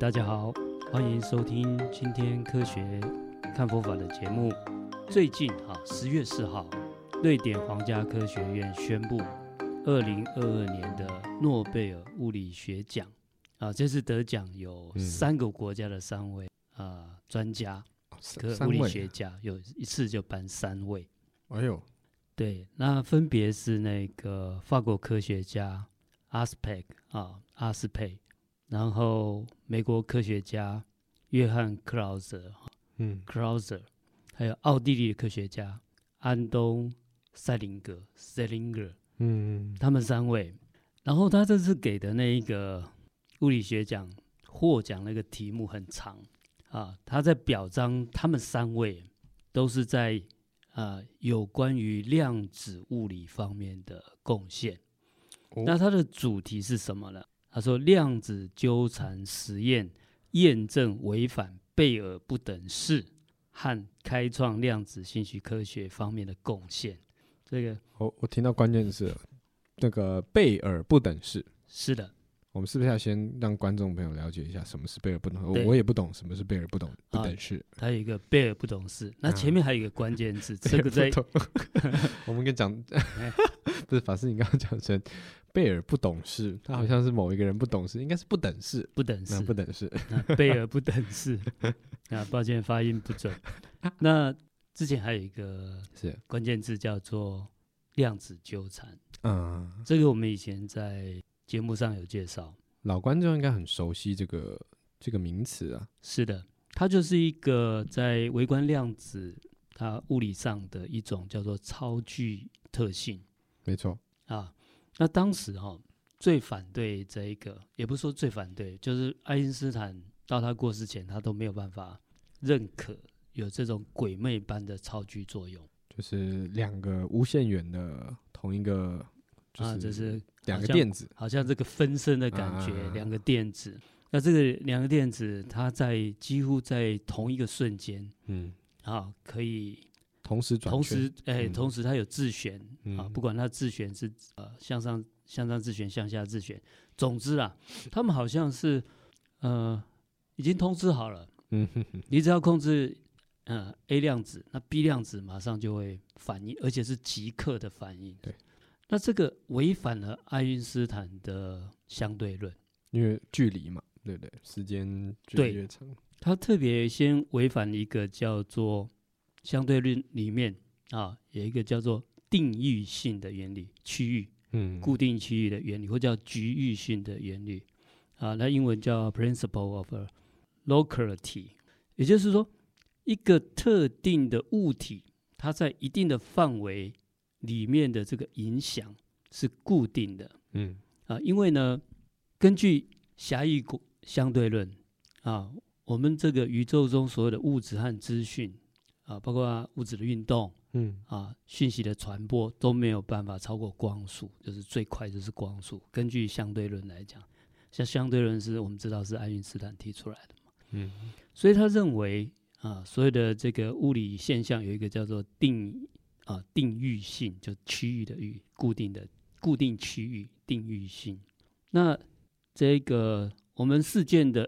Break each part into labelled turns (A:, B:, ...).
A: 大家好，欢迎收听今天科学看佛法的节目。最近啊，十月四号，瑞典皇家科学院宣布，二零二二年的诺贝尔物理学奖啊，这次得奖有
B: 嗯
A: 三个国家的三位啊、专家
B: 哦
A: 科
B: 三三
A: 物理
B: 位
A: 学家，有一次就颁三位。
B: 哎呦，
A: 对，那分别是那个法国科学家阿斯佩克啊，阿斯佩，然后美国科学家约翰克劳泽
B: 嗯
A: c r a u s e r 还有奥地利的科学家安东塞林格 （Selinger），
B: 嗯，
A: 他们三位。然后他这次给的那一个物理学奖获奖那个题目很长啊，他在表彰他们三位都是在呃有关于量子物理方面的贡献。
B: 哦
A: 那它的主题是什么呢？他说量子纠缠实验验证违反贝尔不等式和开创量子信息科学方面的贡献。这个
B: 我我听到关键字了，那个贝尔不等式，
A: 是的，
B: 我们是不是要先让观众朋友了解一下什么是贝尔不等？
A: 对啊
B: 我我也不懂什么是贝尔不等不等式，
A: 它有一个贝尔不懂事，那
B: 啊
A: 前面还有一个关键字，这个在
B: 贝尔不懂 我们跟你讲， 不是法师，你刚刚讲成贝尔不懂事，他好像是某一个人不懂事，应该是不等式，
A: 不等
B: 那
A: 式
B: 不，等式，
A: 那贝尔不等式， 啊，抱歉发音不准。那之前还有一个
B: 是
A: 关键字叫做量子纠缠，
B: 嗯，
A: 这个我们以前在节目上有介绍。
B: 老观众应该很熟悉这个这个名词啊，
A: 是的，它就是一个在微观量子它物理上的一种叫做超距特性
B: 没错，
A: 啊。那当时哈、最反对这一个，也不是说最反对，就是爱因斯坦到他过世前，他都没有办法认可有这种鬼魅般的超距作用
B: 就是两个无限远的同一个，就
A: 啊，这是
B: 两个
A: 像
B: 电子，
A: 好像这个分身的感觉，
B: 啊啊啊
A: 两个电子。那这个两个电子，它在几乎在同一个瞬间
B: 嗯，
A: 啊，可以
B: 同时转
A: 同
B: 圈
A: 时，哎、
B: 嗯
A: 同时它有自旋、啊，
B: 嗯
A: 不管它自旋是呃向上向上自旋、向下自旋，总之啊，他们好像是呃已经通知好了，
B: 嗯哼哼，
A: 你只要控制呃 A 量子，那 B 量子马上就会反应，而且是即刻的反应。
B: 对，
A: 那这个违反了爱因斯坦的相对论，
B: 因为距离嘛，对不对？时间距
A: 对
B: 离越长，
A: 他特别先违反一个叫做相对论里面啊有一个叫做定域性的原理，区域
B: 嗯
A: 固定区域的原理，或叫局域性的原理啊，那英文叫 principle of locality，也就是说，一个特定的物体，它在一定的范围里面的这个影响是固定的
B: 嗯
A: 啊，因为呢，根据狭义过相对论啊，我们这个宇宙中所有的物质和资讯啊，包括物质的运动。
B: 嗯
A: 啊，讯息的传播都没有办法超过光速，就是最快就是光速。根据相对论来讲，像相对论是我们知道是爱因斯坦提出来的，
B: 嗯，
A: 所以他认为啊，所有的这个物理现象有一个叫做定啊定域性，就区域的域，固定的固定区域定域性。那这个我们事件的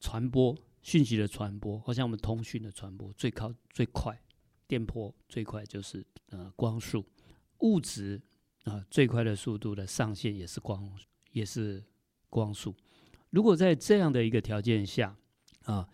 A: 传播、讯息的传播，好像我们通讯的传播最靠最快，电波最快就是呃光速，物质啊、最快的速度的上限也是光也是光速。如果在这样的一个条件下啊，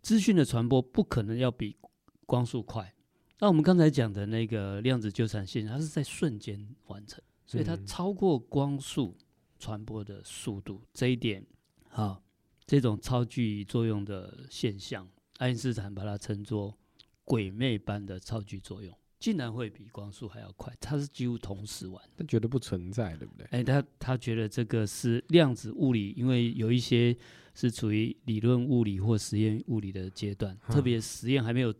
A: 资讯的传播不可能要比光速快。那我们刚才讲的那个量子纠缠线，它是在瞬间完成，所以它
B: 嗯
A: 超过光速传播的速度，这一点啊，这种超距作用的现象，爱因斯坦把它称作鬼魅般的超距作用，竟然会比光速还要快，它是几乎同时完成。
B: 他觉得不存在，对不对？
A: 哎，他他觉得这个是量子物理，因为有一些是处于理论物理或实验物理的阶段，特
B: 嗯
A: 别实验还没有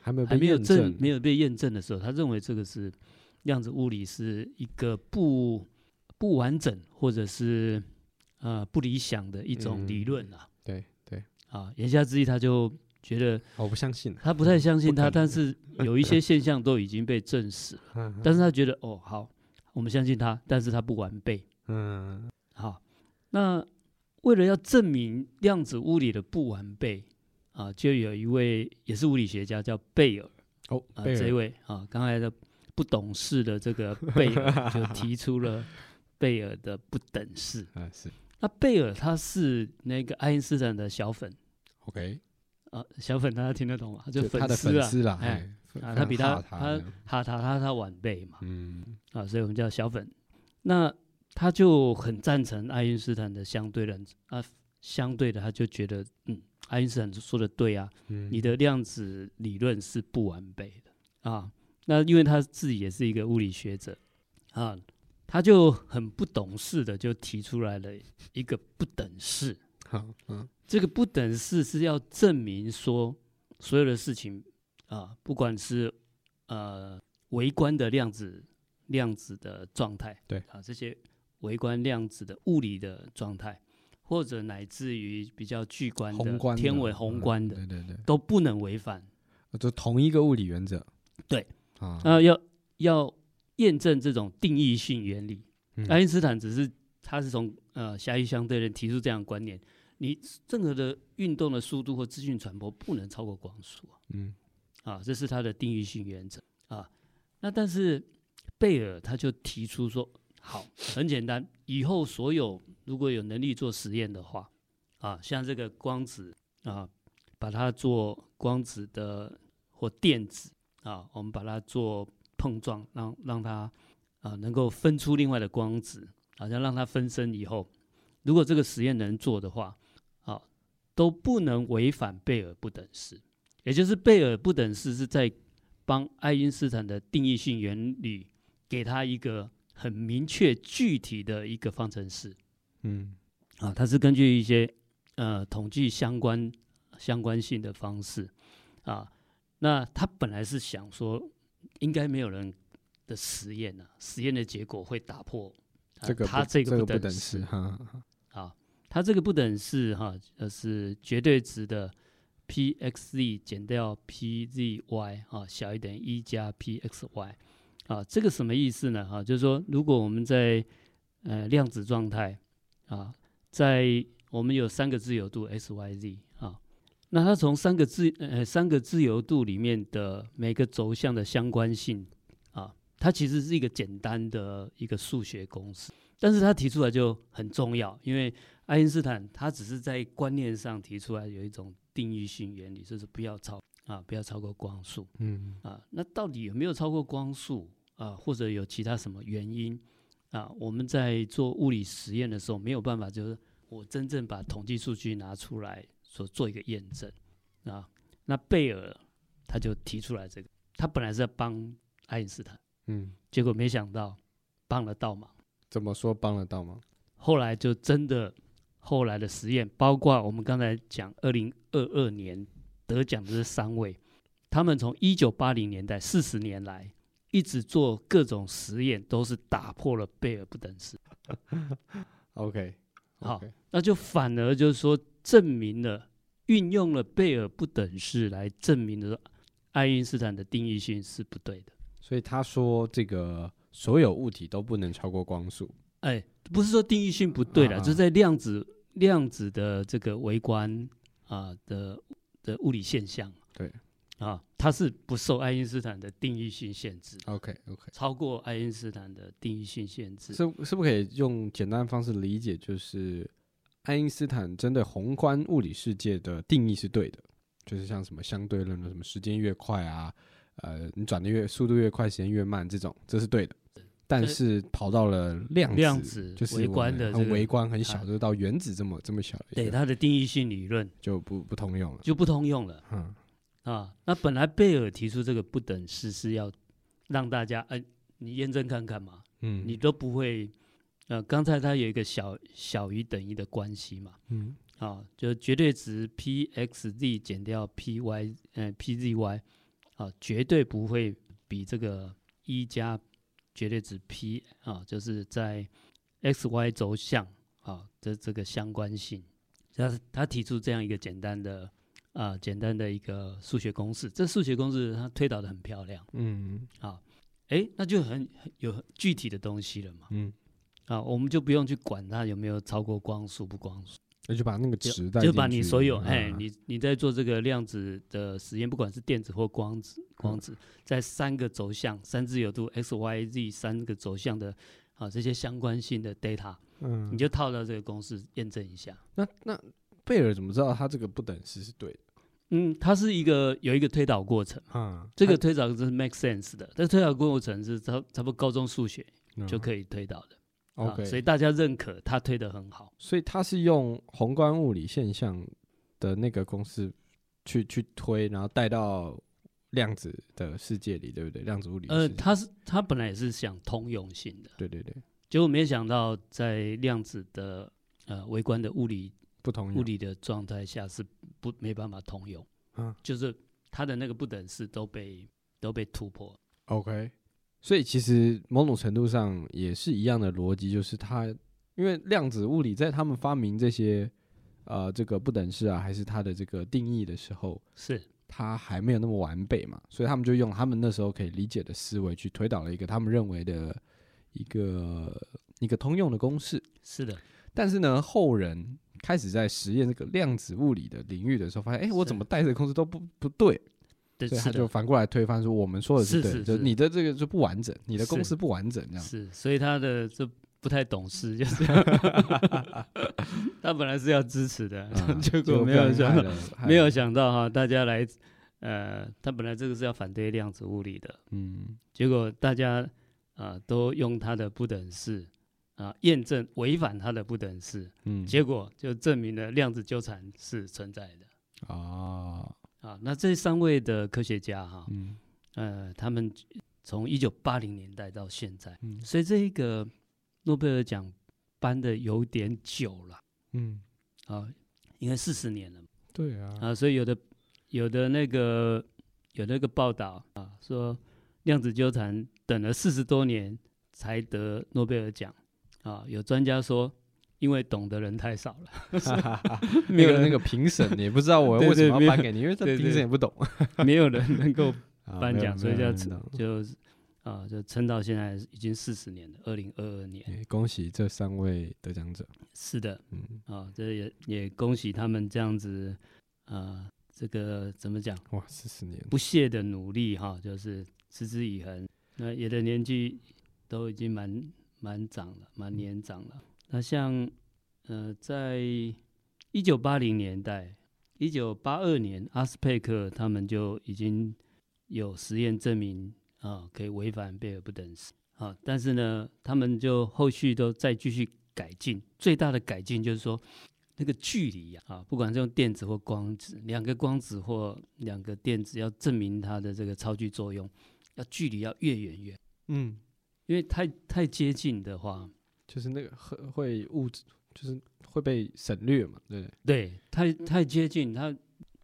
B: 还没有
A: 还
B: 被
A: 没有
B: 验
A: 证
B: 证，
A: 没有被验证的时候，他认为这个是量子物理是一个不不完整或者是呃不理想的一种理
B: 嗯
A: 论啊、
B: 对对，
A: 啊，言下之意他就觉得
B: 我不相信 啊，
A: 他不太相信
B: 不
A: 他，
B: 可能
A: 但 是有一些现象都已经被证实了，
B: 嗯
A: 但是他觉得哦好，我们相信他，但是他不完备。
B: 嗯
A: 好，那为了要证明量子物理的不完备啊，就有一位也是物理学家叫贝尔
B: 哦，
A: 啊，
B: 贝
A: 这
B: 尔，
A: 位啊，刚才的不懂事的这个贝尔就提出了贝尔的不等式。
B: 啊是
A: 那贝尔他是那个爱因斯坦的小粉
B: OK，
A: 啊，小粉大家听得懂吗？就
B: 就
A: 粉
B: 他的
A: 丝
B: 粉
A: 啊，
B: 丝啦，
A: 哎啊，
B: 哎，非
A: 他
B: 常
A: 比他
B: 怕
A: 他
B: 这样
A: 哈他他他晚辈嘛，
B: 嗯
A: 啊，所以我们叫小粉。那他就很赞成爱因斯坦的相对论啊，相对的他就觉得，嗯，爱因斯坦说的对啊，
B: 嗯，
A: 你的量子理论是不完备的啊。那因为他自己也是一个物理学者啊，他就很不懂事的就提出来了一个不等式。
B: 好，嗯
A: 这个不等式是要证明说所有的事情啊，不管是呃微观的量子量子的状态，
B: 对
A: 啊这些微观量子的物理的状态，或者乃至于比较巨观的
B: 宏观的
A: 天文宏观
B: 嗯
A: 的、
B: 对对对，
A: 都不能违反，
B: 就同一个物理原则。
A: 对
B: 啊，
A: 啊要要验证这种定义性原理。
B: 嗯
A: 爱因斯坦只是他是从呃狭义相对论提出这样的观念，你任何的运动的速度或资讯传播不能超过光速啊。
B: 嗯
A: 啊，这是他的定义性原则啊。那但是贝尔他就提出说，好，很简单，以后所有如果有能力做实验的话，啊，像这个光子啊，把它做光子的或电子啊，我们把它做碰撞，让让它啊能够分出另外的光子，好像让它分身以后，如果这个实验能做的话，啊，都不能违反贝尔不等式。也就是贝尔不等式是在帮爱因斯坦的定义性原理给他一个很明确具体的一个方程式
B: 嗯
A: 啊，它是根据一些呃统计相关相关性的方式啊。那他本来是想说，应该没有人的实验啊，实验的结果会打破、啊、
B: 这个
A: 他
B: 这
A: 个
B: 个
A: 不
B: 等
A: 式
B: 式哈，哈
A: 啊，它这个不等式哈、呃是绝对值的 pxz 减掉 pzy 啊，小于等于一加 pxy 啊，这个什么意思呢？哈、就是说如果我们在呃量子状态啊，在我们有三个自由度 x y z 啊。那它从三个自呃三个自由度里面的每个轴向的相关性啊，它其实是一个简单的一个数学公式。但是他提出来就很重要，因为爱因斯坦他只是在观念上提出来有一种定义性原理，就是不要超啊，不要超过光速
B: 嗯
A: 啊。那到底有没有超过光速啊，或者有其他什么原因啊？我们在做物理实验的时候没有办法，就是我真正把统计数据拿出来所做一个验证啊。那贝尔他就提出来这个，他本来是要帮爱因斯坦，
B: 嗯，
A: 结果没想到帮了倒忙。
B: 怎么说帮得到吗？
A: 后来就真的后来的实验，包括我们刚才讲二零二二年得奖的这三位，他们从一九八零年代四十年来一直做各种实验，都是打破了贝尔不等式，
B: OK，
A: 好
B: OK，
A: 那就反而就是说证明了运用了贝尔不等式来证明了爱因斯坦的定义性是不对的。
B: 所以他说这个所有物体都不能超过光速。
A: 哎，不是说定义性不对了，
B: 啊啊
A: 就是在量子量子的这个微观啊、的的物理现象，
B: 对
A: 啊，它是不受爱因斯坦的定义性限制，
B: OK OK，
A: 超过爱因斯坦的定义性限制。
B: 是是不是可以用简单的方式理解，就是爱因斯坦针对宏观物理世界的定义是对的，就是像什么相对论的什么时间越快啊，呃，你转的越速度越快，时间越慢这种，这是对的。但
A: 对
B: 是跑到了量子，
A: 量子
B: 就是
A: 微
B: 我
A: 观
B: 们
A: 的
B: 很
A: 这个
B: 微观很
A: 啊
B: 小，就是到原子这么这么小的一
A: 对
B: 个，
A: 它的定义性理论
B: 就不不通用了。
A: 就不通用了
B: 嗯，
A: 啊。那本来贝尔提出这个不等式是要让大家，哎、你验证看看嘛，
B: 嗯
A: 你都不会。呃，刚才它有一个小小于等于的关系嘛，
B: 嗯
A: 啊，就绝对值 pxz 减掉 py，呃 pzy，啊，绝对不会比这个一加绝对值 p 啊，就是在 x y 轴向啊的这个相关性，他他提出这样一个简单的啊简单的一个数学公式，这数学公式他推导的很漂亮
B: 嗯
A: 啊，诶，那就很很有很具体的东西了嘛。
B: 嗯
A: 啊，我们就不用去管它有没有超过光速不光速
B: 那就把那个值带
A: 就
B: 进
A: 把你
B: 去
A: 所有，哎、
B: 啊
A: 你你在做这个量子的实验，不管是电子或光子，光子在三个轴向、三自由度 x、y、z 三个轴向的啊这些相关性的 data，
B: 嗯，
A: 你就套到这个公式验证一下。
B: 那那贝尔怎么知道他这个不等式是对的？
A: 嗯，它是一个有一个推导过程，
B: 啊，
A: 这个推导是 make sense 的，但推导过程是差差不多高中数学就
B: 以。
A: 可以推导的、啊
B: 嗯 OK，
A: 所以大家认可他推的很好。
B: 所以他是用宏观物理现象的那个公式去去推，然后带到量子的世界里，对不对？量子物理的
A: 呃，
B: 世界
A: 他是他本来也是想通用性的，
B: 对对对，
A: 结果没想到在量子的呃微观的物理
B: 不同
A: 物理的状态下是不没办法通用，
B: 嗯
A: 就是它的那个不等式都被都被突破。
B: OK，所以其实某种程度上也是一样的逻辑，就是它因为量子物理在他们发明这些呃这个不等式啊，还是它的这个定义的时候，
A: 是
B: 它还没有那么完备嘛，所以他们就用他们那时候可以理解的思维去推导了一个他们认为的一个一个通用的公式。
A: 是的，
B: 但是呢，后人开始在实验这个量子物理的领域的时候，发现，哎、我
A: 是
B: 怎么带这个公式都不不对，
A: 对，
B: 所以
A: 是
B: 他就
A: 的，
B: 反过来推翻说，我们说的
A: 是
B: 对，
A: 是
B: 就是你的这个就不完整，你的公
A: 是
B: 式不完整这样。
A: 是，所以他的这不太懂事，就是 他本来是要支持的，
B: 啊
A: 结
B: 结
A: 果
B: 果
A: 没
B: 被
A: 有
B: 人
A: 想
B: 害
A: 到，
B: 了害
A: 没有
B: 了
A: 想到哈，大家来，呃，他本来这个是要反对量子物理的，
B: 嗯，
A: 结果大家啊、呃都用他的不等式啊、验证违反他的不等式，
B: 嗯
A: 结果就证明了量子纠缠是存在的。
B: 啊，
A: 啊，那这三位的科学家哈、
B: 嗯
A: 呃，他们从一九八零年代到现在，
B: 嗯
A: 所以这一个诺贝尔奖颁的有点久了
B: 嗯，
A: 啊，应该四十年了
B: 对啊，
A: 啊，所以有的有的那个有那个报道啊，说量子纠缠等了四十多年才得诺贝尔奖啊，有专家说。因为懂的人太少了，没
B: 没
A: 有
B: 有那
A: 人
B: 个评审 也不知道我
A: 对
B: 为什
A: 对
B: 么
A: 没
B: 要
A: 有
B: 颁给你，因为这
A: 对
B: 评
A: 对
B: 审也不懂
A: 没有人能够
B: 啊
A: 颁
B: 没有
A: 奖所以
B: 没有
A: 叫
B: 人
A: 吃
B: 懂
A: 就啊、就撑到现在已经四十年了，二零二二年。
B: 哎恭喜这三位得奖者，
A: 是的，
B: 嗯，
A: 啊、这也也恭喜他们这样子，啊，这个怎么讲，
B: 哇，四十年，
A: 不懈的努力哈，就是持之以恒。那也的年纪都已经蛮蛮长了，蛮年长了。那像呃，在一九八零年代，一九八二年，阿斯佩克他们就已经有实验证明啊，可以违反贝尔不等式啊。但是呢，他们就后续都再继续改进，最大的改进就是说，那个距离呀、啊，不管是用电子或光子，两个光子或两个电子要证明它的这个超距作用，要距离要越远越，
B: 嗯，
A: 因为太太接近的话，
B: 就是那个会会物质，就是会被省略嘛，对不对？
A: 对，太太接近，它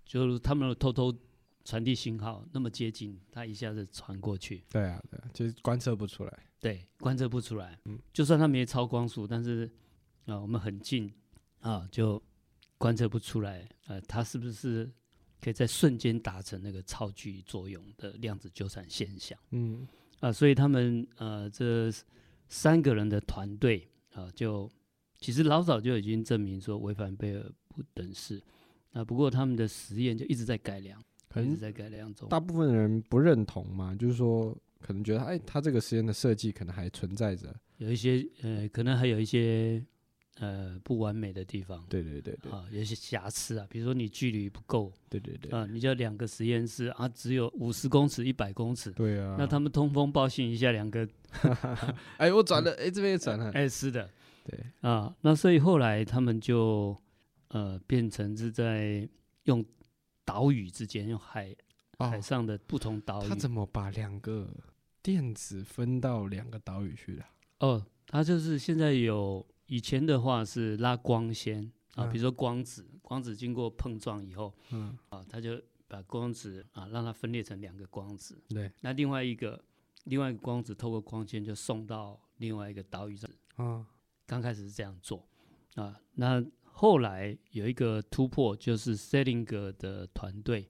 A: 就是他们偷偷传递信号，那么接近，它一下子传过去，
B: 对啊，对啊，就是观测不出来。
A: 对，观测不出来。
B: 嗯
A: 就算它没超光速，但是啊、我们很近啊，就观测不出来。呃，它是不是可以在瞬间达成那个超距作用的量子纠缠现象
B: 嗯
A: 啊？所以他们呃这三个人的团队啊，就其实老早就已经证明说违反贝尔不等式。啊，不过他们的实验就一直在改良，
B: 可
A: 一直
B: 能
A: 在改良中。
B: 大部分人不认同嘛，就是说，可能觉得，哎，他这个实验的设计可能还存在着。
A: 有一些呃，可能还有一些呃不完美的地方。
B: 对对对对
A: 啊，有一些瑕疵啊，比如说你距离不够
B: 对对对，
A: 啊，你就两个实验室啊，只有五十公尺、一百公尺，
B: 对啊。
A: 那他们通风报信一下两个，
B: 哎，我转了，哎，这边也转了，
A: 哎，是的
B: 对，
A: 啊，那所以后来他们就呃变成是在用岛屿之间，用海、海
B: 哦，
A: 上的不同岛屿
B: 他，怎么把两个电子分到两个岛屿去的？啊
A: 哦，它就是现在有以前的话是拉光纤啊，
B: 嗯
A: 比如说光子，光子经过碰撞以后
B: 嗯，
A: 啊，它就把光子啊让它分裂成两个光子。
B: 对，
A: 那另外一个另外一个光子透过光纤就送到另外一个岛屿上，
B: 啊，
A: 刚开始是这样做啊。那后来有一个突破，就是 Selinger 的团队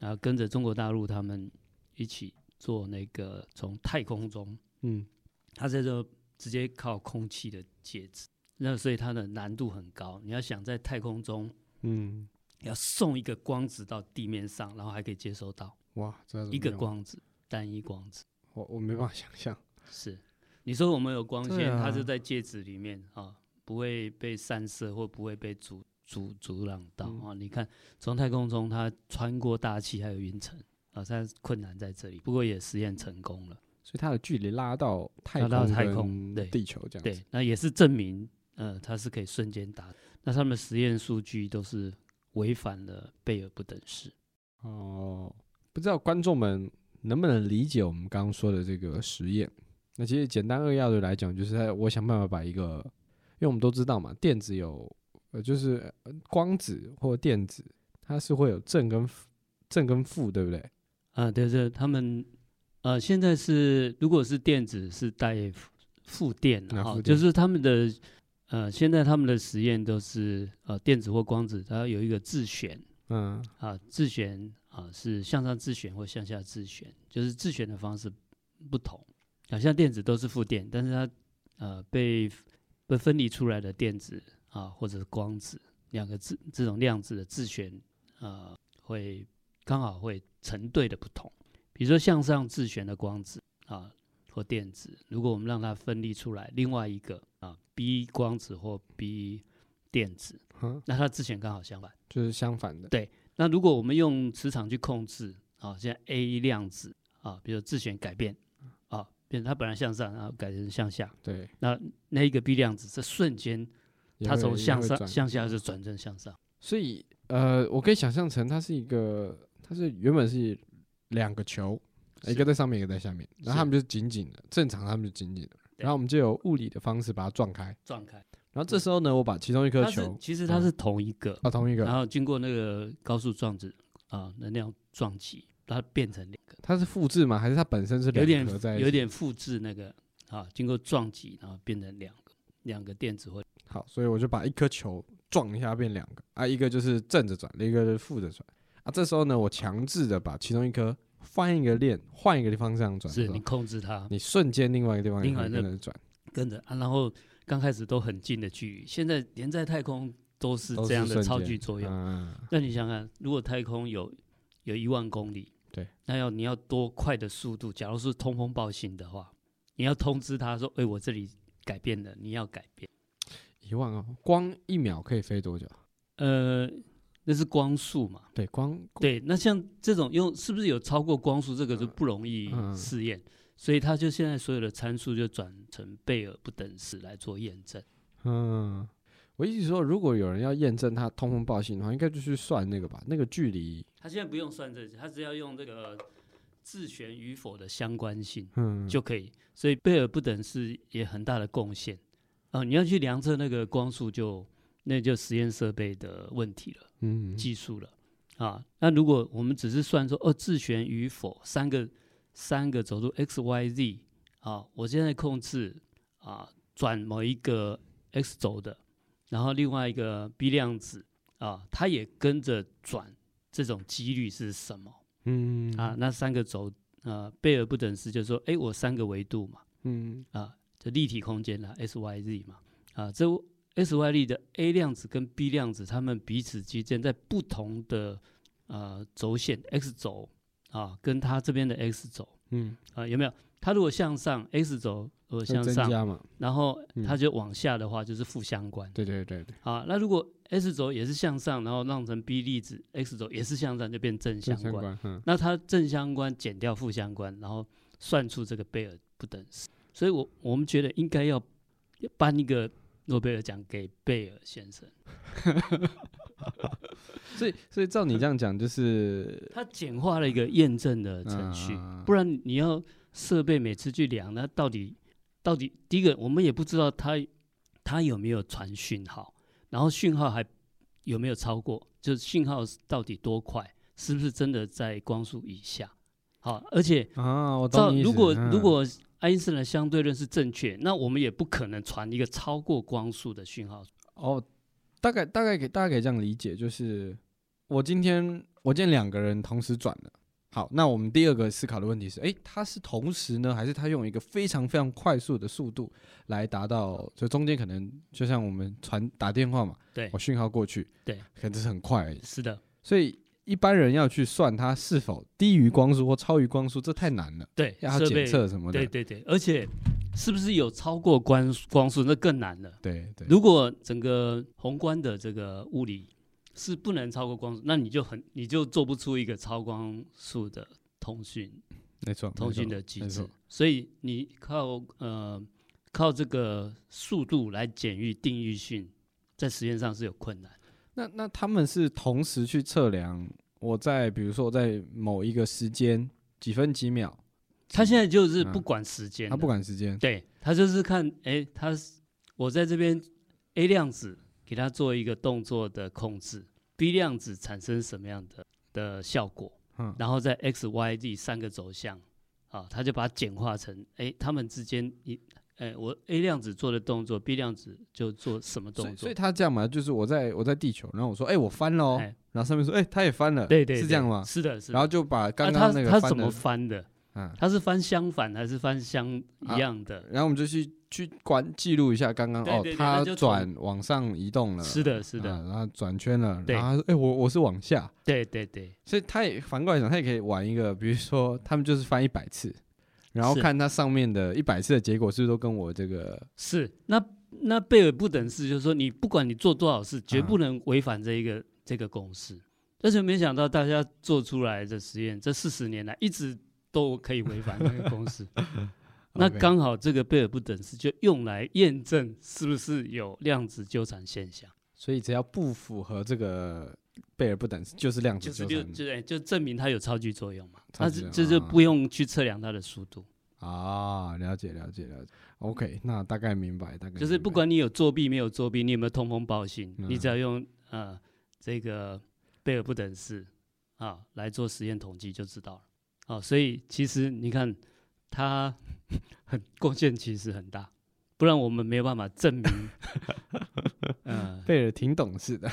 A: 啊，跟着中国大陆他们一起做那个从太空中，
B: 嗯，
A: 他在这直接靠空气的介质那所以它的难度很高。你要想在太空中
B: 嗯，
A: 要送一个光子到地面上，然后还可以接收到
B: 哇，这要怎么
A: 一个
B: 用，
A: 光子，单一光子。
B: 我我没办法想象。
A: 是，你说我们有光
B: 对
A: 线，
B: 啊
A: 它就在介质里面啊，不会被散射或不会被阻阻阻挡到
B: 嗯
A: 啊。你看，从太空中它穿过大气还有云层啊，它困难在这里，不过也实验成功了。
B: 所以它的距离拉到太
A: 拉
B: 空，
A: 到太空对
B: 地球这样子。
A: 对，那也是证明，呃，它是可以瞬间达。那他们的实验数据都是违反了贝尔不等式。
B: 哦，不知道观众们能不能理解我们刚刚说的这个实验？那其实简单扼要的来讲，就是在我想办法把一个，因为我们都知道嘛，电子有呃，就是呃光子或电子，它是会有正跟负正跟负，对不对？
A: 啊，对对，他们呃，现在是如果是电子是带负负电
B: 啊
A: 的哈
B: 负，
A: 就
B: 电
A: 是他们的呃，现在他们的实验都是呃电子或光子，它有一个自旋
B: 嗯，
A: 啊，自旋啊是向上自旋或向下自旋，就是自旋的方式不同。啊，像电子都是负电，但是它呃被被分离出来的电子啊或者是光子两个自这种量子的自旋呃会刚好会成对的不同。比如说向上自旋的光子啊或电子，如果我们让它分离出来另外一个啊 B 光子或 B 电子，
B: 哼
A: 那它自旋刚好相反。
B: 就是相反的。
A: 对那如果我们用磁场去控制啊，现在 A 量子啊，比如自旋改变啊，变成它本来向上，然后改成向下，
B: 对，
A: 那一个 B 量子这瞬间
B: 也
A: 它
B: 会
A: 从
B: 也
A: 向
B: 会
A: 上
B: 转
A: 向下就转正向上，
B: 所以呃，我可以想象成它是一个，它是原本是两个球，一
A: 是
B: 个在上面，一个在下面，然后
A: 是
B: 他们就紧紧的，正常他们就紧紧的，
A: 对
B: 然后我们就有物理的方式把它撞开，
A: 撞开。
B: 然后这时候呢，我把其中一颗
A: 它是
B: 球
A: 其实它
B: 嗯
A: 是同一个，
B: 啊同一
A: 然
B: 个，
A: 后经过那个高速撞子啊能量撞击，它变成两个，
B: 它是复制吗？还是它本身是
A: 有
B: 两颗在
A: 点
B: 一
A: 有
B: 起
A: 点复制那个啊，经过撞击然后变成两个两个电子或
B: 好，所以我就把一颗球撞一下变两个啊，一个就是正着转，另一个就是负着转啊。这时候呢，我强制的把其中一颗翻一个链，换一个地方向转，
A: 是
B: 吧
A: 你控制它，
B: 你瞬间另外一个地方也
A: 另
B: 可
A: 外
B: 以
A: 那
B: 跟着转，
A: 跟着啊，然后刚开始都很近的距离，现在连在太空都是
B: 都
A: 这样的
B: 瞬
A: 超
B: 间
A: 距作用。
B: 啊
A: 那你想想，如果太空有有一万公里，
B: 对，
A: 那要你要多快的速度？假如是通风报信的话，你要通知他说：“哎、我这里改变了，你要改变。
B: 一万哦，光一秒可以飞多久？”
A: 呃，那是光速嘛？
B: 对，光
A: 对，那像这种用是不是有超过光速这个就不容易
B: 嗯嗯
A: 试验，所以他就现在所有的参数就转成贝尔不等式来做验证。
B: 嗯，我一直说，如果有人要验证它通风报信的话，应该就去算那个吧，那个距离，
A: 他现在不用算这些，他只要用这个自旋与否的相关性
B: 嗯，
A: 就可以。所以贝尔不等式也很大的贡献啊、你要去量测那个光速就，那就实验设备的问题了，
B: 嗯，
A: 技术了啊。那如果我们只是算说哦自旋与否三个三个走路 x y z 啊，我现在控制啊转某一个 x 轴的，然后另外一个 b 量子啊，它也跟着转，这种几率是什么？
B: 嗯
A: 啊，，那三个轴，呃，贝尔不等式就是说，哎，我三个维度嘛，
B: 嗯
A: 啊，这立体空间啦，s、y、z 嘛，啊，这 s、y、z 的 a 量子跟 b 量子，它们彼此之间在不同的呃轴线，x 轴啊，跟它这边的 x 轴
B: 嗯，
A: 啊，有没有？它如果向上，x 轴如果
B: 会
A: 向
B: 增
A: 上，
B: 加嘛，
A: 然后
B: 嗯
A: 它就往下的话，就是负相关。
B: 对对对对，
A: 啊，那如果 S 轴也是向上，然后让成 B 粒子，X 轴也是向上，就变正
B: 正
A: 相
B: 相
A: 关。
B: 关，嗯，
A: 那它正相关减掉负相关，然后算出这个贝尔不等式。所以我我们觉得应该要颁一个诺贝尔奖给贝尔先生，
B: 所以所以照你这样讲，就是嗯
A: 他简化了一个验证的程序，
B: 啊
A: 不然你要设备每次去量，那到底到底第一个我们也不知道它它有没有传讯号，然后讯号还有没有超过，就是讯号到底多快，是不是真的在光速以下？好，而且
B: 啊，我
A: 照
B: 懂你意思
A: 如果
B: 嗯
A: 如果爱因斯坦的相对论是正确，那我们也不可能传一个超过光速的讯号。
B: 哦，大概大概给大家可以这样理解，就是我今天我见两个人同时转了，好，那我们第二个思考的问题是，诶，它是同时呢，还是它用一个非常非常快速的速度来达到？就中间可能就像我们传打电话嘛，
A: 对
B: 我讯号过去，
A: 对，
B: 可能是很快而已。
A: 是的，
B: 所以一般人要去算它是否低于光速或超于光速，这太难了，
A: 对，
B: 要
A: 设
B: 检
A: 备，
B: 测什么的。
A: 对对对，而且是不是有超过光光速，那更难了。
B: 对对
A: 如果整个宏观的这个物理是不能超过光速，那你就很你就做不出一个超光速的通讯
B: 没错，
A: 通讯
B: 没错
A: 的机
B: 没
A: 制
B: 错。
A: 所以你靠呃靠这个速度来检域定域性，在实验上是有困难。
B: 那那他们是同时去测量我在比如说我在某一个时间几分几秒，
A: 他现在就是不
B: 嗯
A: 管时间的、
B: 他不管时间，
A: 对他就是看，哎，他是我在这边 A 量子给他做一个动作的控制，B 量子产生什么样的的效果，
B: 嗯
A: 然后在 x、y、z 三个轴向啊，他就把它简化成，哎，他们之间一，哎，我 A 量子做的动作，B 量子就做什么
B: 所
A: 动
B: 以所
A: 作
B: 以？他这样嘛，就是我在我在地球，然后我说哎、我翻了哦，
A: 哎
B: 然后上面说哎、他也翻了，
A: 对对，
B: 是
A: 对
B: 这样吗？
A: 是的，是的。
B: 然后就把刚
A: 啊
B: 刚那个
A: 他他
B: 翻
A: 怎
B: 的
A: 么翻的？
B: 嗯，
A: 他是翻相反还是翻相
B: 啊
A: 一样的？
B: 然后我们就去去观记录一下刚刚
A: 对对
B: 哦
A: 对
B: 他
A: 那就从
B: 转往上移动了，
A: 是的，是的，
B: 啊然后转圈了，
A: 对
B: 然后他说哎、我我是往下，
A: 对对对，
B: 所以他也反过来讲，他也可以玩一个，比如说他们就是翻一 百次，然后
A: 是
B: 看它上面的一百次的结果是不是都跟我这个
A: 是。那那贝尔不等式就是说，你不管你做多少事，绝
B: 啊
A: 不能违反这一个、这个公式。但是没想到大家做出来的实验，这四十年来一直都可以违反那个公 式。那
B: OK
A: 刚好这个贝尔不等式就用来验证是不是有量子纠缠现象，
B: 所以只要不符合这个贝尔不等式，就是量子
A: 就是
B: 纠
A: 就
B: 缠
A: 就哎就证明它有超距作用嘛。
B: 超
A: 那
B: 距
A: 这
B: 作
A: 这
B: 用
A: 就
B: 啊
A: 不用去测量它的速度。
B: 啊，了解了解了解。OK，那大概明白，大概
A: 就是
B: 明
A: 不
B: 白
A: 管你有作弊没有作弊，你有没有通风报信，
B: 嗯
A: 你只要用呃这个贝尔不等式啊来做实验统计就知道了。啊，所以其实你看它很贡献其实很大，不然我们没有办法证明。 嗯、
B: 贝尔挺懂事的。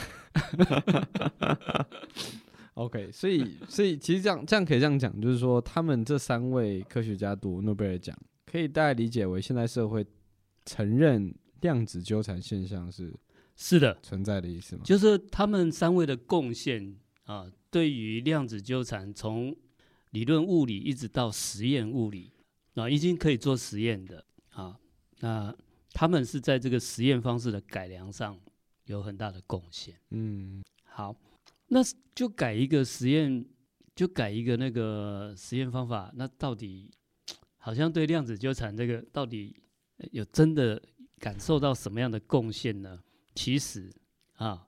B: OK，所以所以其实这样这样可以这样讲，就是说他们这三位科学家夺诺贝尔奖，可以大概理解为现代社会承认量子纠缠现象是
A: 是的，
B: 存在的意思吗？
A: 就是他们三位的贡献啊，对于量子纠缠从理论物理一直到实验物理啊，已经可以做实验的啊，那他们是在这个实验方式的改良上有很大的贡献。
B: 嗯，
A: 好，那是就改一个实验，就改一个那个实验方法，那到底好像对量子纠缠这个到底呃有真的感受到什么样的贡献呢？其实啊，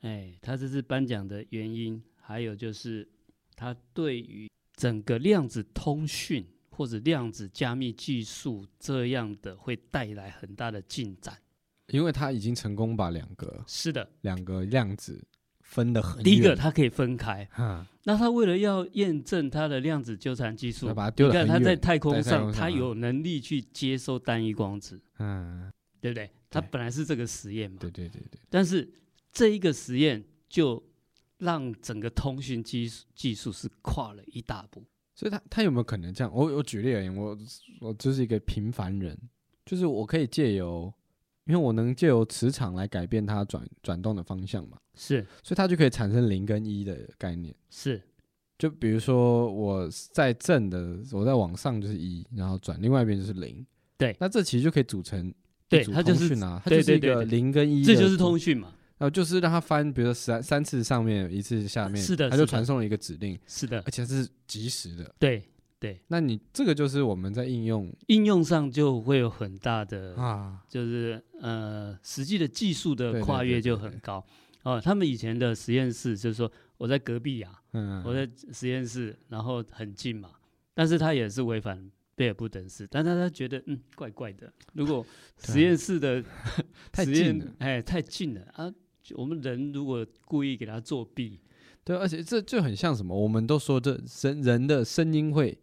A: 哎，他这次颁奖的原因，还有就是他对于整个量子通讯或者量子加密技术这样的会带来很大的进展。
B: 因为他已经成功把两个
A: 是的，
B: 两个量子分得很
A: 第一个
B: 远
A: 它可以分开，
B: 哈，
A: 那他为了要验证他的量子纠缠技术
B: 他，把它丢
A: 你
B: 得
A: 看他
B: 很
A: 在
B: 远，
A: 太空
B: 在太
A: 上，
B: 空上
A: 他
B: 啊
A: 有能力去接收单一光子，
B: 嗯，
A: 对不对？他
B: 对
A: 本来是这个实验嘛，
B: 对对对对，
A: 但是这一个实验就让整个通讯技术技术是跨了一大步。
B: 所以他他有没有可能这样？我我举例而言，我我就是一个平凡人，就是我可以借由，因为我能借由磁场来改变它转转动的方向嘛，
A: 是
B: 所以它就可以产生零跟一的概念。
A: 是，
B: 就比如说我在正的，我在往上就是一，然后转另外一边就是零，
A: 对
B: 那这其实就可以组成
A: 对
B: 一组
A: 它就是
B: 通讯啊，它
A: 对
B: 就是一
A: 对对
B: 个
A: 对
B: 零跟一，
A: 这就是通，讯嘛？
B: 然后就是让它翻，比如说三三次上面一次下面，
A: 是的
B: 它
A: 是
B: 就
A: 的
B: 传送了一个指令，
A: 是的
B: 而，且是及时的。
A: 对，
B: 那你这个就是我们在应用
A: 应用上就会有很大的
B: 啊，
A: 就是呃，实际的技术
B: 对
A: 的
B: 对
A: 跨
B: 对
A: 越
B: 对
A: 就
B: 对
A: 很高。哦，他们以前的实验室就是说，我在隔壁呀、啊
B: 嗯，
A: 我在实验室，然后很近嘛，但是他也是违反贝尔不等式，但是他觉得嗯怪怪的，如果
B: 对啊
A: 实验室的
B: 太
A: 实
B: 近
A: 验
B: 了，
A: 哎太近了啊，我们人如果故意给他作弊，
B: 对，而且这就很像什么，我们都说这声人的声音会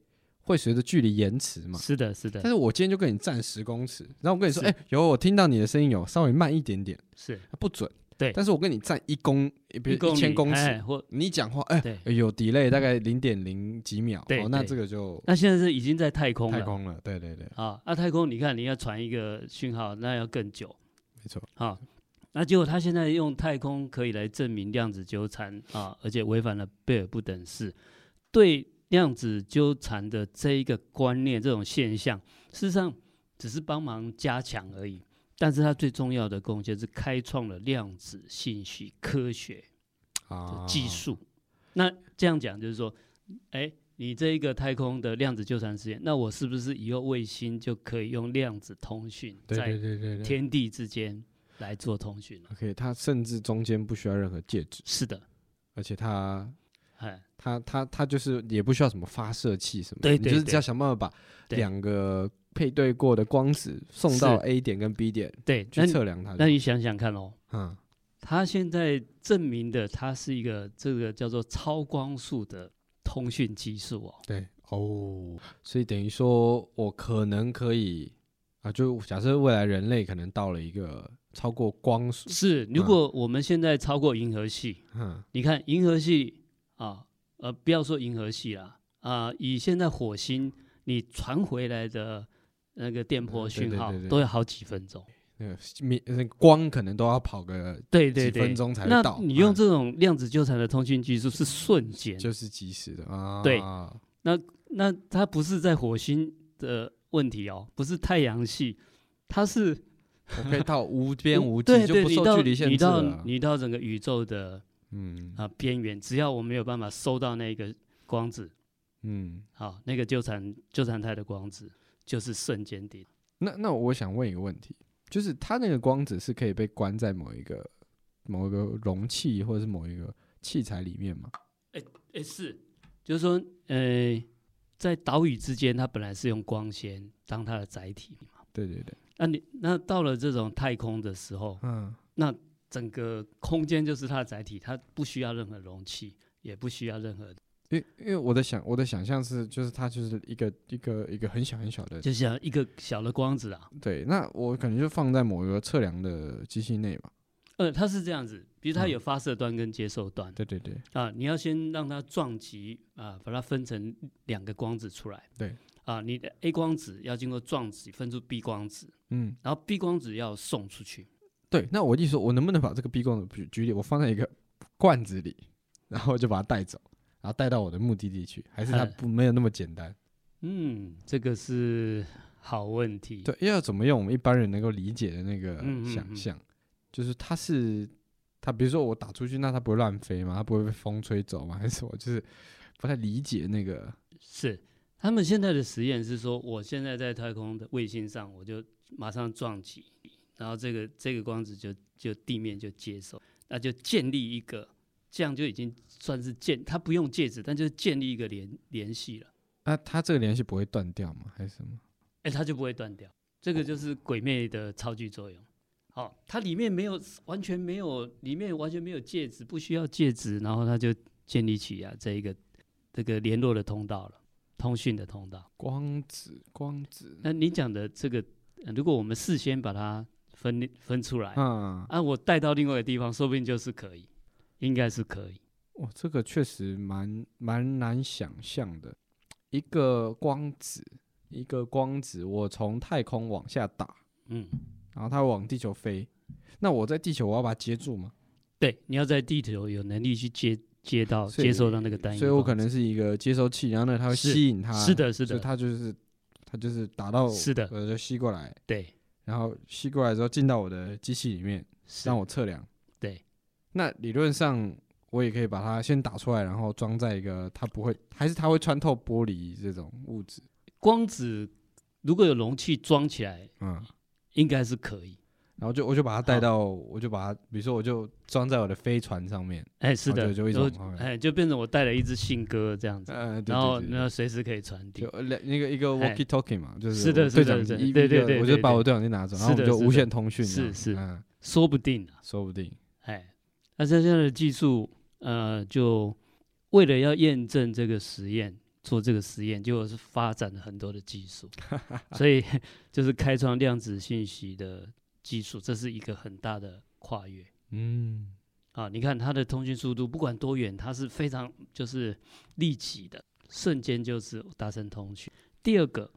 B: 会随着距离延迟嘛。
A: 是的，是
B: 但
A: 的，
B: 是我今天就跟你站十公尺，然后我跟你说，
A: 是
B: 哎、有我听到你的声音有稍微慢一点点，
A: 是
B: 不准，
A: 对
B: 但是我跟你站一公，比
A: 一
B: 如
A: 公
B: 一千
A: 里
B: 公尺，
A: 哎，或
B: 你讲话哎
A: 对
B: 有 delay 大概零点零几秒，
A: 对
B: 哦，那
A: 对
B: 这个就
A: 那现在是已经在太空
B: 太
A: 了
B: 空了，对对对，
A: 啊，那太空你看你要传一个讯号，那要更久
B: 没错，
A: 啊。那结果他现在用太空可以来证明量子纠缠啊，而且违反了贝尔不等式，对量子纠缠的这一个观念这种现象，事实上只是帮忙加强而已。但是它最重要的贡献是开创了量子信息科学
B: 啊，
A: 技术。那这样讲就是说，哎，你这一个太空的量子纠缠实验，那我是不是以后卫星就可以用量子通讯
B: 对对
A: 在
B: 对对对
A: 天地之间来做通讯了？
B: ，OK，它甚至中间不需要任何介质，
A: 是的，
B: 而且它
A: 哎，
B: 它它它就是也不需要什么发射器什么的，
A: 对
B: 你
A: 对
B: 就是
A: 对
B: 只要想办法把
A: 对
B: 两个配对过的光子送到 A 点跟 B 点
A: 对，那
B: 去
A: 你
B: 测量它就
A: 那
B: 好，
A: 你想想看哦，
B: 嗯，
A: 他现在证明的，它是一个这个叫做超光速的通讯技术哦，
B: 对哦，所以等于说我可能可以啊，就假设未来人类可能到了一个超过光速，
A: 是如
B: 嗯
A: 果我们现在超过银河系，
B: 嗯，
A: 你看银河系啊，呃，不要说银河系啦，啊，以现在火星你传回来的那个电波
B: 嗯对
A: 讯
B: 对
A: 号
B: 对对
A: 都要好几分钟，
B: 那个米那个光可能都要跑个
A: 对
B: 几
A: 对
B: 分
A: 对。
B: 钟才
A: 那
B: 到，
A: 你用
B: 嗯
A: 这种量子纠缠的通讯技术是瞬间，
B: 就是及时的啊，
A: 对那它不是在火星的问题哦，不是太阳系，它是
B: 我可以到无 边无际，
A: 对
B: 就
A: 对，
B: 不
A: 你
B: 受
A: 到
B: 距离限
A: 你
B: 制
A: 到
B: 了。
A: 你到整个宇宙的
B: 嗯
A: 啊边缘，只要我没有办法收到那个光子，
B: 嗯，
A: 好，那个纠缠纠缠态的光子就是瞬间定。
B: 那那我想问一个问题，就是它那个光子是可以被关在某一个某一个容器或者是某一个器材里面吗？
A: 诶，是，就是说，呃，在岛屿之间，它本来是用光纤当它的载体嘛。
B: 对对对，
A: 那你那到了这种太空的时候，
B: 嗯，
A: 整个空间就是它的载体，它不需要任何容器，也不需要任何，
B: 因为因为我的想我的想象是，就是它就是一个一个一个很小很小的，
A: 就像一个小的光子啊。
B: 对，那我可能就放在某一个测量的机器内吧。
A: 呃，它是这样子，比如它
B: 嗯
A: 有发射端跟接受端、
B: 对对对，
A: 啊，你要先让它撞击啊，把它分成两个光子出来。
B: 对。
A: 啊，你的 A 光子要经过撞击分出 B 光子，
B: 嗯，
A: 然后 B 光子要送出去。
B: 对，那我意思说，我能不能把这个 B 罐的举举例，我放在一个罐子里，然后就把它带走，然后带到我的目的地去？还是它
A: 呃
B: 不没有那么简单？
A: 嗯，这个是好问题。
B: 对，要怎么用我们一般人能够理解的那个
A: 嗯嗯
B: 想
A: 嗯
B: 象？就是它是它，比如说我打出去，那它不会乱飞吗？它不会被风吹走吗？还 是我就是不太理解那个？
A: 是他们现在的实验是说，我现在在太空的卫星上，我就马上撞击，然后这个这个光子就就地面就接收，那就建立一个，这样就已经算是建，它不用介质，但就是建立一个联联系了，
B: 那它这个联系不会断掉吗？还是什么？
A: 哎，它就不会断掉。这个就是鬼魅的超距作用。好、它里面没有完全没有，里面完全没有介质，不需要介质，然后它就建立起啊这一个这个联络的通道了，通讯的通道。
B: 光子，光子，
A: 那你讲的这个，呃如果我们事先把它分分出来，
B: 嗯，
A: 啊，我带到另外一个地方，说不定就是可以，应该是可以。
B: 哇，这个确实蛮蛮难想象的。一个光子，一个光子，我从太空往下打，
A: 嗯，
B: 然后它往地球飞。那我在地球，我要把它接住吗？
A: 对，你要在地球有能力去接接到
B: 所以
A: 接收到那个单一光子，
B: 所以我可能是一个接收器，然后呢，它会
A: 是
B: 吸引它。
A: 是，的，是
B: 所以
A: 的，
B: 它就是它就是打到，
A: 是的
B: 我就吸过来，
A: 对，
B: 然后吸过来之后进到我的机器里面，
A: 是
B: 让我测量。
A: 对，
B: 那理论上我也可以把它先打出来，然后装在一个它不会，还是它会穿透玻璃这种物质。
A: 光子如果有容器装起来，
B: 嗯。
A: 应该是可以。
B: 然后就我就把它带
A: 好
B: 到，我就把它，比如说我就装在我的飞船上面，
A: 哎，是
B: 哦
A: 的，
B: 对就一
A: 就
B: 种
A: 哎，就变成我带了一只信鸽这样子，
B: 呃，对
A: 然后
B: 对对
A: 那随时可以传递
B: 就。呃两那个一个
A: 哎
B: walkie talkie 嘛，就是
A: 是的
B: 我
A: 是
B: 对
A: 的
B: 讲
A: 是的
B: 机一
A: 对
B: 一
A: 对
B: 个
A: 对
B: 我
A: 对
B: 就把
A: 对
B: 我对讲机拿走，然
A: 是
B: 后我们
A: 的
B: 就是无
A: 的
B: 线通讯这
A: 是
B: 样，
A: 是
B: 嗯，
A: 说不定啊，
B: 说不定，
A: 哎，那现在的技术，呃，就为了要验证这个实验，做这个实验，就是发展了很多的技 术，所以就是开创量子信息的技术，这是一个很大的跨越。
B: 嗯，
A: 啊，你看它的通讯速度不管多远，它是非常就是立即的，瞬间就是达成通讯。第二个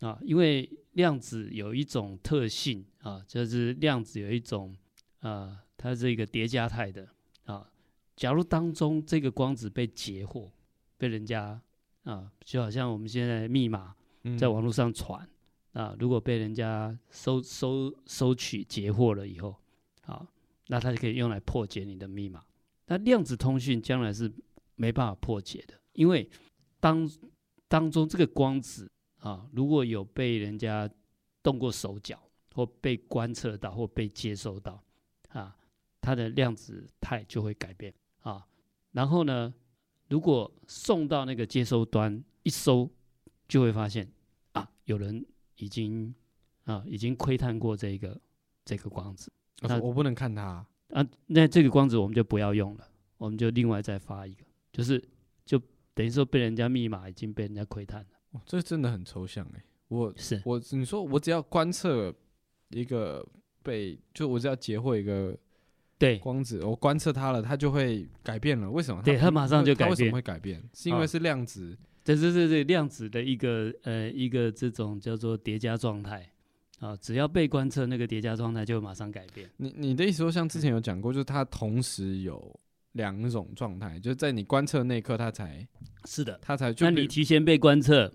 A: 啊，因为量子有一种特性啊，就是量子有一种啊，它是一个叠加态的啊。假如当中这个光子被截获，被人家啊，就好像我们现在密码
B: 嗯
A: 在网络上传啊，如果被人家收收收取截获了以后，啊，那它就可以用来破解你的密码。那量子通讯将来是没办法破解的，因为当当中这个光子啊，如果有被人家动过手脚，或被观测到，或被接收到，啊，它的量子态就会改变啊。然后呢，如果送到那个接收端一搜，就会发现啊，有人已经啊已经窥探过这个这个光子
B: 我
A: 那
B: 说我不能看它，
A: 啊，那这个光子我们就不要用了，我们就另外再发一个，就是就等于说被人家密码已经被人家窥探了，
B: 哇这真的很抽象哎、我
A: 是
B: 我你说我只要观测一个被，就我只要截获一个
A: 对
B: 光子，我观测它了，它就会改变了。为什么？
A: 对它马上就改
B: 它为什么
A: 变
B: 会改变？是因为
A: 啊
B: 是量子。
A: 这这这这量子的一个呃一个这种叫做叠加状态啊，只要被观测那个叠加状态就会马上改变，
B: 你你的意思说，像之前有讲过，就是它同时有两种状态，就是在你观测那一刻，它才
A: 是的，
B: 它才就
A: 那你
B: 比
A: 提前被观测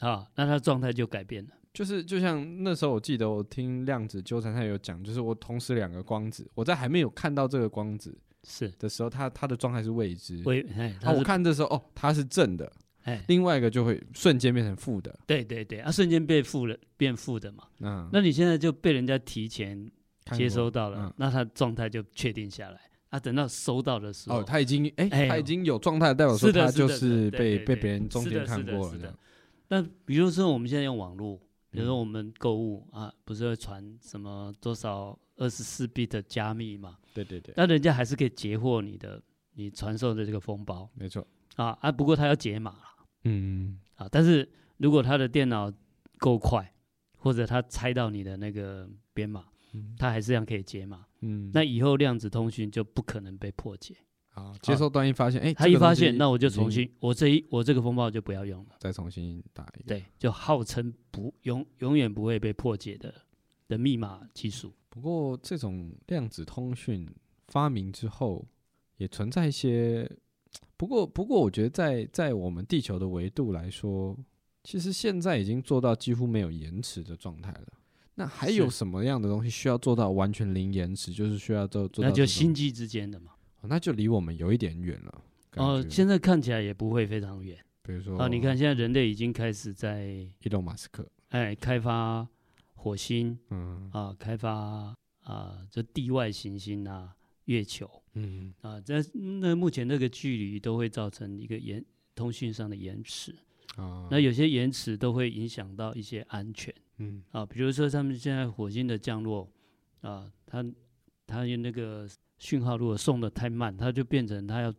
A: 啊，那它状态就改变了，
B: 就是就像那时候我记得我听量子纠缠，它有讲，就是我同时两个光子，我在还没有看到这个光子
A: 是
B: 的时候，它它的状态是未知。
A: 为哎，
B: 啊，
A: 它
B: 我
A: 是
B: 看的时候，哦，它是正的，
A: 哎，
B: 另外一个就会瞬间变成负的。
A: 对对对，啊，瞬间被负了变负的嘛，
B: 嗯，
A: 那你现在就被人家提前
B: 看
A: 接
B: 过
A: 收到了，
B: 嗯
A: 那他状态就确定下来。啊，等到收到的时候，
B: 哦，他已经哎，
A: 哎
B: 他已
A: 呦
B: 经有状态，代表说
A: 是的
B: 他
A: 是的
B: 就是
A: 的
B: 被
A: 对
B: 被
A: 对
B: 别人
A: 对
B: 中
A: 是
B: 间
A: 的
B: 看
A: 是的
B: 过了
A: 是
B: 这
A: 的
B: 样。
A: 那比如说我们现在用网络，比如说
B: 嗯
A: 我们购物、啊，不是会传什么多少二十四 bit 的加密嘛？
B: 对对对，
A: 那人家还是可以截获你的你传送的这个封包
B: 没错。
A: 啊啊，不过他要解码啦
B: 嗯，
A: 啊，但是如果他的电脑够快，或者他猜到你的那个编码，
B: 嗯
A: 他还是这样可以解码。
B: 嗯，
A: 那以后量子通讯就不可能被破解。
B: 好，接收端一发现，哎，
A: 他
B: 这
A: 一
B: 个东
A: 发
B: 西嗯
A: 现，那我就
B: 已
A: 重
B: 经
A: 新，我这一我这个风暴就不要用了。
B: 再重新打一个。
A: 对，就号称不永永远不会被破解的的密码技术。
B: 不过这种量子通讯发明之后，也存在一些，不过不过我觉得在在我们地球的维度来说，其实现在已经做到几乎没有延迟的状态了。那还有
A: 是
B: 什么样的东西需要做到完全零延迟？就是需要做做到
A: 那就
B: 这种
A: 星际之间的嘛。
B: 哦那就离我们有一点远了。
A: 哦，
B: 感觉哦
A: 现在看起来也不会非常远
B: 比如说
A: 啊。你看，现在人类已经开始在
B: 伊隆马斯克，
A: 哎开发火星
B: 嗯
A: 啊，开发啊，就地外行星啊，月球
B: 嗯，
A: 啊，在那目前这个距离都会造成一个延通讯上的延迟。
B: 啊，
A: 那有些延迟都会影响到一些安全。
B: 嗯
A: 啊，比如说他们现在火星的降落啊，它它用那个讯号如果送的太慢，它就变成它要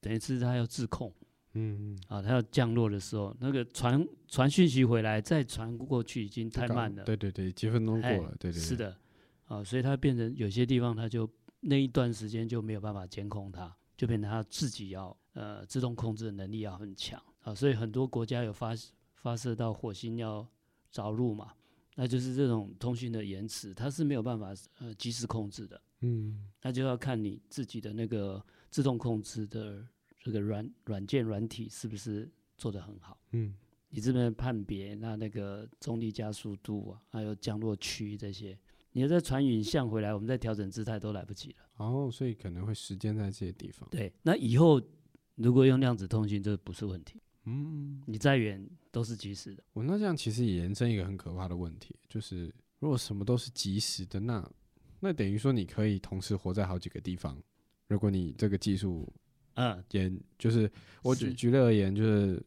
A: 等于是它要自控
B: 嗯，
A: 啊，它要降落的时候，那个传传讯息回来再传过去已经
B: 这
A: 太
B: 个
A: 慢了，
B: 对对对，几分钟过
A: 哎
B: 了，对对，
A: 是
B: 对，
A: 的啊，所以它变成有些地方它就那一段时间就没有办法监控它，就变成它自己要呃自动控制的能力要很强啊，所以很多国家有发发射到火星要着陆嘛，那就是这种通讯的延迟，它是没有办法呃及时控制的，
B: 嗯
A: 那就要看你自己的那个自动控制的这个软软件软体是不是做得很好。
B: 嗯
A: 你这边判别那那个重力加速度啊，还有降落区这些，你再传影像回来，我们再调整姿态都来不及了。
B: 然后所以可能会时间在这些地方，
A: 对，那以后如果用量子通讯，这不是问题，
B: 嗯，
A: 你再远都是及时的。
B: 我那这样其实也延伸一个很可怕的问题，就是如果什么都是及时的，那那等于说你可以同时活在好几个地方，如果你这个技术
A: 嗯，
B: 研就是我举
A: 是
B: 举例而言，就是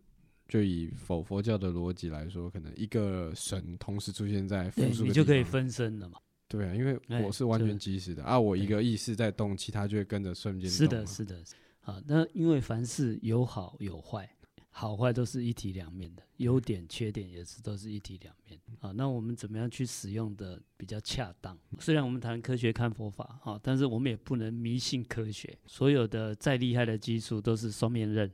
B: 就以否佛教的逻辑来说，可能一个神同时出现在
A: 对
B: 复数，
A: 你
B: 个
A: 就
B: 地
A: 可以
B: 方
A: 分身了嘛。
B: 对啊，因为
A: 哎
B: 我是完
A: 这
B: 全即时的啊，我一
A: 对
B: 个意识在动，其他就会跟着瞬间
A: 是
B: 动啊
A: 的，
B: 嘛
A: 是的，啊，那因为凡事有好有坏好坏都是一体两面的，
B: 嗯
A: 优点缺点也是都是一体两面啊。那我们怎么样去使用的比较恰当？虽然我们谈科学看佛法啊，但是我们也不能迷信科学。所有的再厉害的技术都是双面刃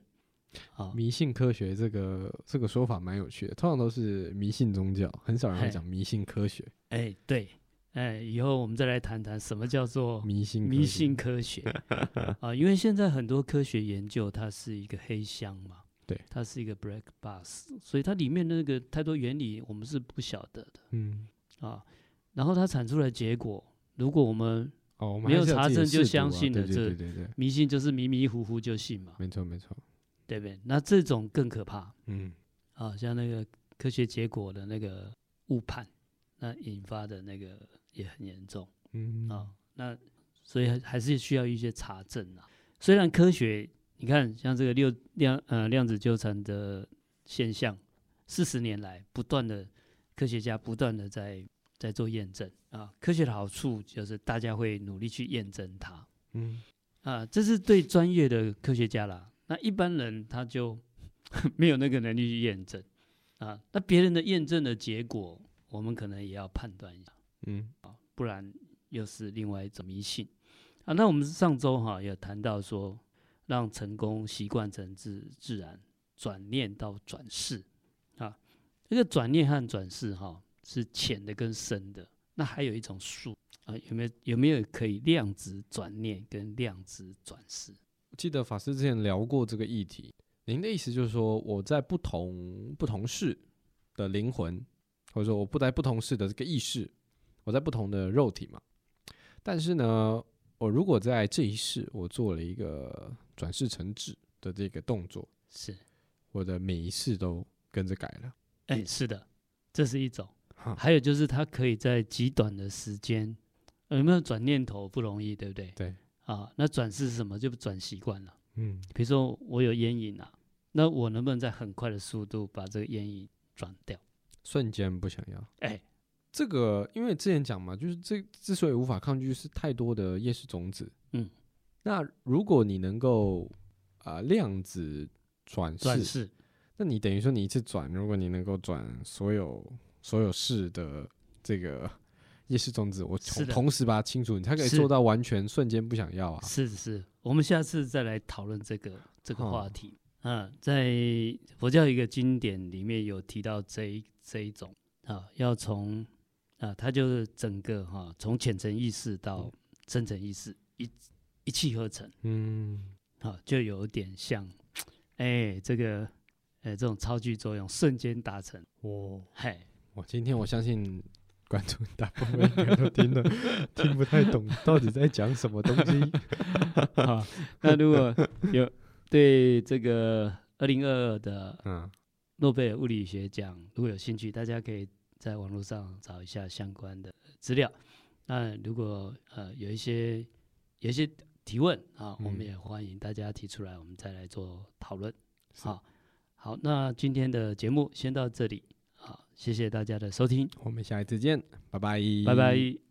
A: 啊。
B: 迷信科学这个这个说法蛮有趣的，通常都是迷信宗教，很少人会
A: 嘿
B: 讲迷信科学。
A: 哎，对，哎，以后我们再来谈谈什么叫做
B: 迷信科
A: 哦迷
B: 学
A: 信科 学啊，因为现在很多科学研究它是一个黑箱嘛，
B: 对，
A: 它是一个 black box，所以它里面那个太多原理我们是不晓得的
B: 嗯，
A: 啊。然后它产出的结果，如果我们
B: 哦，我们
A: 没有
B: 还是
A: 查
B: 自己
A: 证
B: 的
A: 就
B: 试读
A: 相
B: 啊
A: 信
B: 对
A: 了
B: 对
A: 这
B: 对对对，
A: 迷信就是迷迷糊糊就信嘛，
B: 没错没错，
A: 对不对？那这种更可怕
B: 嗯，
A: 啊，像那个科学结果的那个误判，那引发的那个也很严重。
B: 嗯
A: 啊、那所以还还是需要一些查证啊。虽然科学，你看像这个六量呃量子纠缠的现象，四十年来不断的科学家不断的在在做验证啊。科学的好处就是大家会努力去验证它
B: 嗯，
A: 啊，这是对专业的科学家啦。那一般人他就 没有那个能力去验证啊。那别人的验证的结果，我们可能也要判断一下。
B: 嗯，
A: 不然又是另外一种迷信啊。那我们上周哈、有谈到说，让成功习惯成自自然，转念到转世啊。这个转念和转世哈、是浅的跟深的。那还有一种术啊，有没有有没有可以量子转念跟量子转世？
B: 我记得法师之前聊过这个议题，您的意思就是说，我在不同不同世的灵魂，或者说我不在不同世的这个意识，我在不同的肉体嘛，但是呢，我如果在这一世我做了一个转世成智的这个动作，
A: 是，
B: 我的每一世都跟着改了，
A: 哎，是的，这是一种。
B: 哈，
A: 还有就是，他可以在极短的时间，呃有没有转念头不容易，对不对？
B: 对，
A: 啊，那转世是什么？就转习惯了。
B: 嗯
A: 比如说我有烟瘾啊，那我能不能在很快的速度把这个烟瘾转掉？
B: 瞬间不想要。
A: 哎，
B: 这个，因为之前讲嘛，就是这之所以无法抗拒，是太多的夜视种子。
A: 嗯，
B: 那如果你能够啊、呃量子转
A: 转
B: 世，
A: 世
B: 那你等于说你一次转，如果你能够转所有所有世的这个夜视种子，我
A: 是
B: 同
A: 的
B: 同时把它清除，你才可以
A: 是
B: 做到完全瞬间不想要啊。
A: 是是，我们下次再来讨论这个这个话
B: 哦
A: 题。嗯，在佛教一个经典里面有提到这一这一种啊，要从啊，它就是整个哈、从浅层意识到深层意识一一气呵成。
B: 嗯，
A: 啊，就有点像，哎，这个，哎，这种超距作用瞬间达成，
B: 我
A: 嘿，
B: 我今天我相信观众大部分应该都听了，听不太懂到底在讲什么东 西。
A: 啊，那如果有对这个二零二二的
B: 嗯，
A: 诺贝尔物理学奖如果有兴趣，大家可以在网络上找一下相关的资料。那如果呃有一些有一些提问啊，我们
B: 嗯
A: 也欢迎大家提出来，我们再来做讨论。
B: 是
A: 好，好，那今天的节目先到这里，好，谢谢大家的收听。
B: 我们下一次见，拜拜，
A: 拜拜。